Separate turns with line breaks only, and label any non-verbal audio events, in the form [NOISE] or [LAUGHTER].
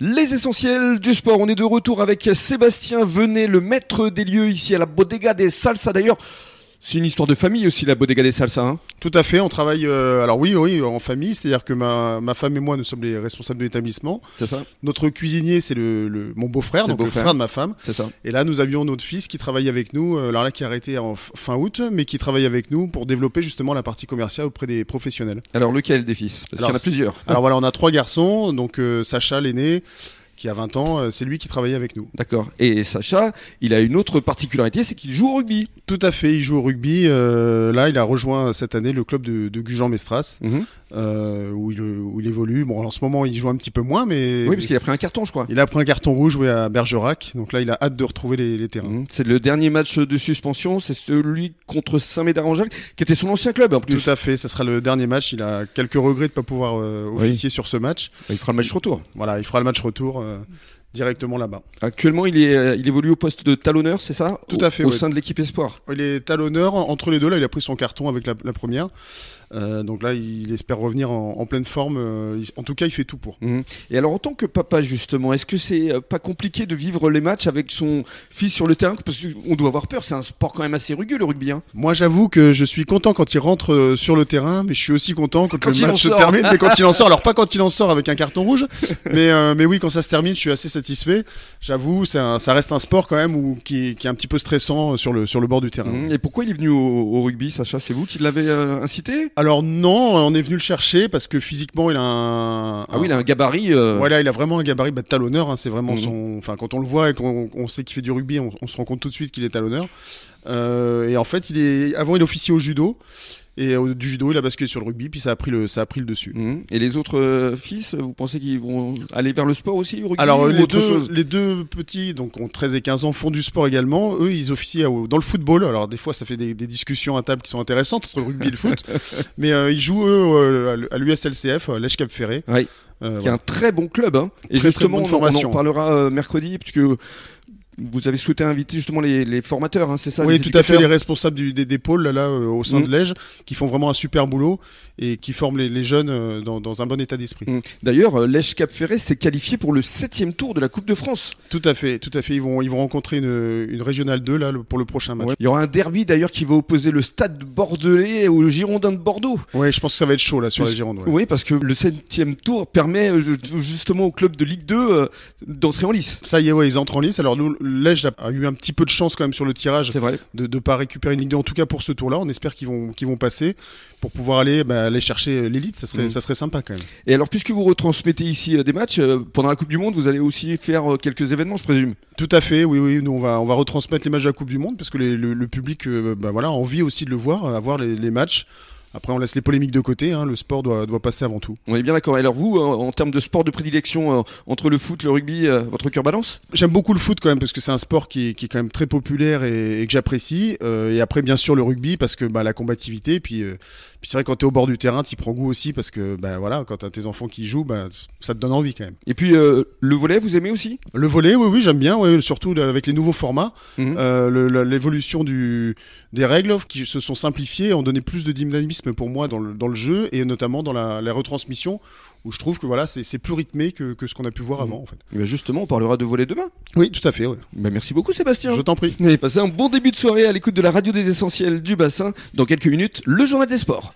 Les essentiels du sport, on est de retour avec Sébastien Venet, le maître des lieux ici à la Bodega des Salsa d'ailleurs. C'est une histoire de famille aussi, la Bodega des Salsa. Hein
Tout à fait, on travaille, euh, alors oui, oui, en famille, c'est-à-dire que ma, ma femme et moi, nous sommes les responsables de l'établissement.
c'est ça
Notre cuisinier, c'est le, le- mon beau-frère,
C'est le
donc le
beau-frère.
frère de ma femme.
C'est ça.
Et là, nous avions notre fils qui travaillait avec nous, euh, alors là, qui a arrêté en f- fin août, mais qui travaille avec nous pour développer justement la partie commerciale auprès des professionnels.
Alors lequel des fils Parce qu'il y en a
Alors,
plusieurs.
Alors voilà, on a trois garçons, donc euh, Sacha, l'aîné, qui a 20 ans, euh, c'est lui qui travaillait avec nous.
D'accord. Et Sacha, il a une autre particularité, c'est qu'il joue au rugby.
Tout à fait, il joue au rugby. euh, là, il a rejoint cette année le club de, de Gujan-Mestras, euh, où, il, où il évolue. Bon, en ce moment, il joue un petit peu moins, mais
Oui, parce qu'il a pris un carton, je crois.
il a pris un carton rouge joué à Bergerac. Donc là, il a hâte de retrouver les, les terrains.
Mhm. C'est le dernier match de suspension, c'est celui contre Saint-Médard-en-Jalles, qui était son ancien club en plus.
Tout à fait, ce sera le dernier match. Il a quelques regrets de ne pas pouvoir euh,
Oui.
officier sur ce match.
Il fera le match retour.
Voilà, il fera le match retour euh, directement là-bas.
Actuellement, il, est, euh, il évolue au poste de talonneur, c'est ça
Tout
Au-
à fait,
Au
ouais.
sein de l'équipe Espoir.
Il est talonneur entre les deux. Là, il a pris son carton avec la, la première. Euh, donc là, il espère revenir en, en pleine forme. euh, il- en tout cas, il fait tout pour.
Et alors, en tant que papa, justement, est-ce que c'est euh, pas compliqué de vivre les matchs avec son fils sur le terrain Parce qu'on doit avoir peur, c'est un sport quand même assez rugueux, le rugby. hein.
Moi, j'avoue que je suis content quand il rentre euh, sur le terrain, mais je suis aussi content quand,
Quand il
le
en
match se
sort.
termine. Mais quand il en
[LAUGHS]
sort, alors pas quand il en sort avec un carton rouge, mais euh, mais oui, quand ça se termine, je suis assez satisfait. J'avoue, c'est un- ça reste un sport quand même où, qui, qui est un petit peu stressant euh, sur le sur le bord du terrain.
Mhm. Et pourquoi il est venu au, au rugby, Sacha C'est vous qui l'avez euh, incité
Alors non, on est venu le chercher parce que physiquement, il a un
Ah oui, il a un gabarit. euh,
Voilà, il a vraiment un gabarit bah, de talonneur. hein, c'est vraiment
Mhm.
son. Enfin, quand on le voit et qu'on on sait qu'il fait du rugby, on, on se rend compte tout de suite qu'il est talonneur. Euh, et en fait, il est. Avant, il officiait au judo. Et au- du judo, il a basculé sur le rugby, puis ça a pris le, ça a pris le dessus.
mhm. Et les autres euh, fils, vous pensez qu'ils vont aller vers le sport aussi, le rugby
Alors,
ou
les
autre
deux, euh,
chose
les deux petits, donc ont 13 et 15 ans, font du sport également. Eux, ils officient au- dans le football. Alors, des fois, ça fait des, des discussions à table qui sont intéressantes entre le rugby et
[LAUGHS]
le foot. Mais euh, ils jouent, eux, euh, à l'USLCF, à l'Èche Cap Ferré.
Oui.
Euh,
qui est
voilà.
un très bon club. hein. Et
Très, très
justement, on
bonne
en- on, en
formation.
parlera euh, mercredi, puisque vous avez souhaité inviter justement les, les formateurs, hein, c'est ça
Oui,
les
tout à fait. Les
éducateurs
responsables du, des, des pôles là, là, euh, au sein
Mhm.
de l'EGE, qui font vraiment un super boulot et qui forment les, les jeunes euh, dans, dans un bon état d'esprit.
Mm. D'ailleurs, euh, Lèche Cap Ferret s'est qualifié pour le septième tour de la Coupe de France.
Tout à fait, tout à fait. Ils vont, ils vont rencontrer une, une régionale 2 là le- pour le prochain match.
Ouais. Il y aura un derby d'ailleurs qui va opposer le Stade Bordelais au Girondin de Bordeaux.
Ouais, je pense que ça va être chaud là sur la Gironde. ouais.
Oui, parce que le septième tour permet euh, ju- justement au club de Ligue 2 euh, d'entrer en lice.
Ça y est, ouais, ils entrent en lice. Alors nous, l'EGE a eu un petit peu de chance quand même sur le tirage
C'est vrai.
de ne pas récupérer une Ligue 2, en tout cas pour ce tour-là. On espère qu'ils vont, qu'ils vont passer pour pouvoir aller, bah, aller chercher l'élite. Ça serait,
Mhm.
ça serait sympa quand même.
Et alors, puisque vous retransmettez ici euh, des matchs, euh, pendant la Coupe du Monde, vous allez aussi faire euh, quelques événements, je présume.
Tout à fait, oui, oui. Nous, on va, on va retransmettre les matchs de la Coupe du Monde parce que les- le, le public, euh, bah, voilà, a envie aussi de le voir, euh, à voir les, les matchs. Après, on laisse les polémiques de côté. hein, le sport doit, doit passer avant tout.
On est bien d'accord. Et alors, vous, euh, en termes de sport de prédilection euh, entre le foot, le rugby, euh, votre cœur balance
J'aime beaucoup le foot quand même parce que c'est un sport qui, est- qui est quand même très populaire et, et que j'apprécie. Euh, et après, bien sûr, le rugby parce que bah, la combativité. Puis, euh, puis c'est vrai quand t'es au bord du terrain, t'y prends goût aussi parce que bah, voilà, quand t'as tes enfants qui jouent, bah, ça te donne envie quand même.
Et puis, euh, le volet, vous aimez aussi
Le volet, oui, oui, j'aime bien, ouais, surtout avec les nouveaux formats.
Mhm.
Euh, le- le- l'évolution du des règles qui se sont simplifiées ont donné plus de dynamisme pour moi dans le, dans le jeu et notamment dans la, la retransmission où je trouve que voilà c'est c'est plus rythmé que, que ce qu'on a pu voir avant en fait.
Eh bien, Justement, on parlera de volet demain.
Mhm. Oui, tout à fait. ouais.
Bah, merci beaucoup, Sébastien.
Je t'en [LAUGHS] prie.
Et passez un bon début de soirée à l'écoute de la radio des essentiels du bassin. Dans quelques minutes, le journal des sports.